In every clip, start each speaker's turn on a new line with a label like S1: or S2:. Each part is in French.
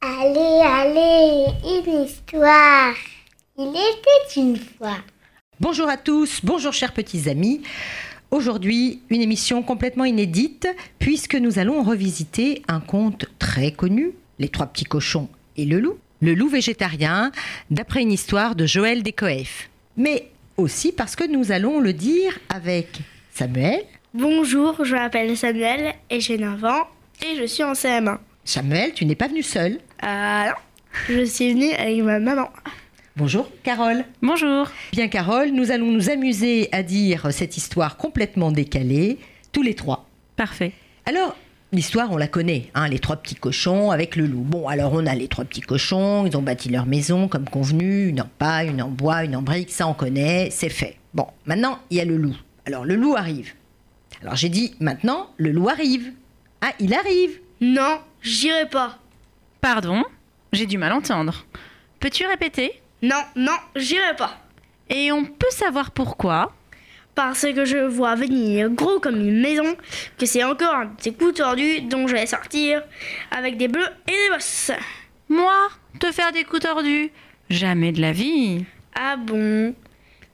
S1: Allez, allez, une histoire. Il était une fois.
S2: Bonjour à tous, bonjour chers petits amis. Aujourd'hui, une émission complètement inédite puisque nous allons revisiter un conte très connu, Les trois petits cochons et le loup, le loup végétarien, d'après une histoire de Joël Descoef. Mais aussi parce que nous allons le dire avec Samuel.
S3: Bonjour, je m'appelle Samuel et j'ai 9 ans et je suis en CM1.
S2: Samuel, tu n'es pas venu seul.
S3: Ah non, je suis venue avec ma maman.
S2: Bonjour Carole.
S4: Bonjour.
S2: Bien Carole, nous allons nous amuser à dire cette histoire complètement décalée, tous les trois.
S4: Parfait.
S2: Alors, l'histoire, on la connaît, hein, les trois petits cochons avec le loup. Bon, alors on a les trois petits cochons, ils ont bâti leur maison comme convenu, une en paille, une en bois, une en brique, ça on connaît, c'est fait. Bon, maintenant, il y a le loup. Alors, le loup arrive. Alors, j'ai dit, maintenant, le loup arrive. Ah, il arrive.
S3: Non, j'irai pas.
S4: Pardon, j'ai du mal à entendre. Peux-tu répéter
S3: Non, non, j'irai pas.
S4: Et on peut savoir pourquoi
S3: Parce que je vois venir gros comme une maison, que c'est encore un petit coup tordu dont je vais sortir avec des bleus et des bosses.
S4: Moi, te faire des coups tordus Jamais de la vie.
S3: Ah bon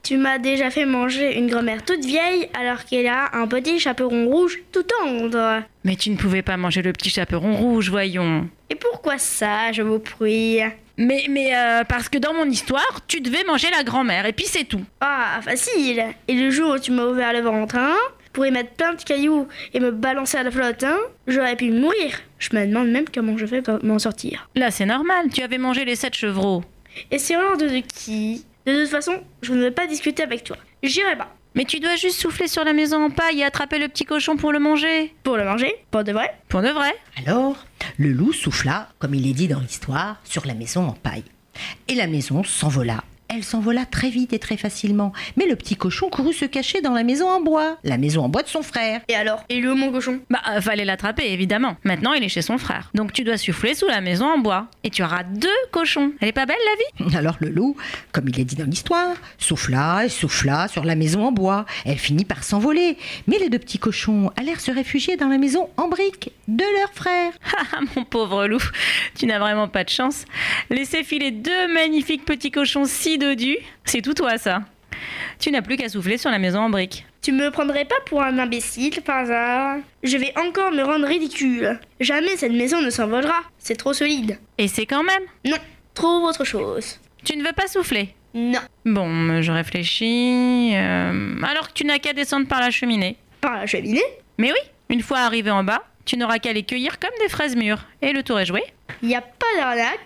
S3: Tu m'as déjà fait manger une grand-mère toute vieille alors qu'elle a un petit chaperon rouge tout tendre.
S4: Mais tu ne pouvais pas manger le petit chaperon rouge, voyons.
S3: Et pourquoi ça, je vous prie
S4: Mais, mais euh, parce que dans mon histoire, tu devais manger la grand-mère, et puis c'est tout.
S3: Ah, facile Et le jour où tu m'as ouvert le ventre, hein, pour y mettre plein de cailloux et me balancer à la flotte, hein, j'aurais pu mourir. Je me demande même comment je fais pour m'en sortir.
S4: Là, c'est normal, tu avais mangé les sept chevreaux.
S3: Et c'est l'ordre de qui De toute façon, je ne vais pas discuter avec toi. J'irai pas.
S4: Mais tu dois juste souffler sur la maison en paille et attraper le petit cochon pour le manger.
S3: Pour le manger, pour de vrai.
S4: Pour de vrai.
S2: Alors, le loup souffla, comme il est dit dans l'histoire, sur la maison en paille. Et la maison s'envola. Elle s'envola très vite et très facilement. Mais le petit cochon courut se cacher dans la maison en bois, la maison en bois de son frère.
S3: Et alors Et le mon cochon
S4: Bah, euh, fallait l'attraper, évidemment. Maintenant, il est chez son frère. Donc tu dois souffler sous la maison en bois. Et tu auras deux cochons. Elle est pas belle, la vie
S2: Alors le loup, comme il est dit dans l'histoire, souffla et souffla sur la maison en bois. Elle finit par s'envoler. Mais les deux petits cochons allèrent se réfugier dans la maison en briques de leur frère.
S4: Ah, mon pauvre loup, tu n'as vraiment pas de chance. Laisser filer deux magnifiques petits cochons si dodus, c'est tout toi, ça. Tu n'as plus qu'à souffler sur la maison en briques.
S3: Tu me prendrais pas pour un imbécile par hasard Je vais encore me rendre ridicule. Jamais cette maison ne s'envolera. C'est trop solide.
S4: Et c'est quand même.
S3: Non, trouve autre chose.
S4: Tu ne veux pas souffler
S3: Non,
S4: Bon, euh, je réfléchis. euh, alors que tu n'as qu'à descendre par la cheminée.
S3: par la cheminée
S4: Mais oui, une fois arrivé en bas, tu n'auras qu'à les cueillir comme des fraises mûres. Et le tour est joué.
S3: Y a pas d'arnaque.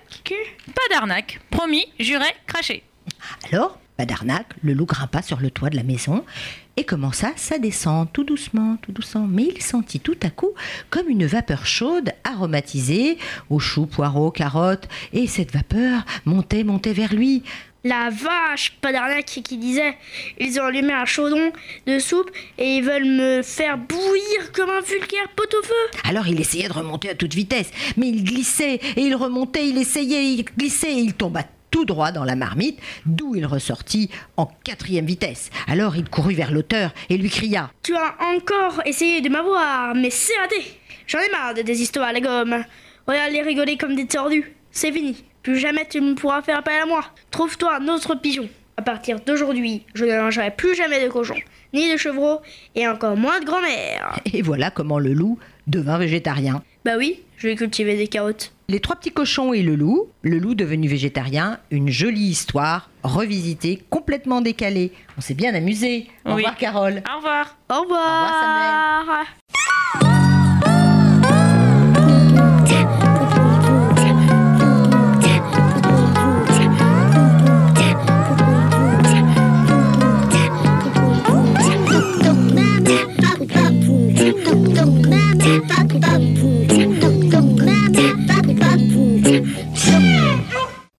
S4: Pas d'arnaque. Promis, juré, craché.
S2: Alors, pas d'arnaque, le loup grimpa sur le toit de la maison et commença sa descente tout doucement, tout doucement. Mais il sentit tout à coup comme une vapeur chaude aromatisée aux choux, poireaux, carottes. Et cette vapeur montait, montait vers lui.
S3: La vache, pas d'arnaque qui disait Ils ont allumé un chaudron de soupe et ils veulent me faire bouillir comme un vulgaire pot-au-feu.
S2: Alors il essayait de remonter à toute vitesse, mais il glissait et il remontait, il essayait, il glissait et il tomba tout droit dans la marmite, d'où il ressortit en quatrième vitesse. Alors il courut vers l'auteur et lui cria
S3: Tu as encore essayé de m'avoir, mais c'est raté. J'en ai marre de des histoires à la gomme. Regarde les rigoler comme des tordus. C'est fini. Plus jamais tu ne pourras faire appel à moi. Trouve-toi un autre pigeon. À partir d'aujourd'hui, je ne mangerai plus jamais de cochon, ni de chevreau, et encore moins de grand-mère.
S2: Et voilà comment le loup devint végétarien.
S3: Bah oui, je vais cultiver des carottes.
S2: Les trois petits cochons et le loup, le loup devenu végétarien, une jolie histoire, revisitée, complètement décalée. On s'est bien amusé. Au
S4: Oui.
S2: revoir Carole.
S4: Au revoir.
S3: Au revoir.
S2: revoir,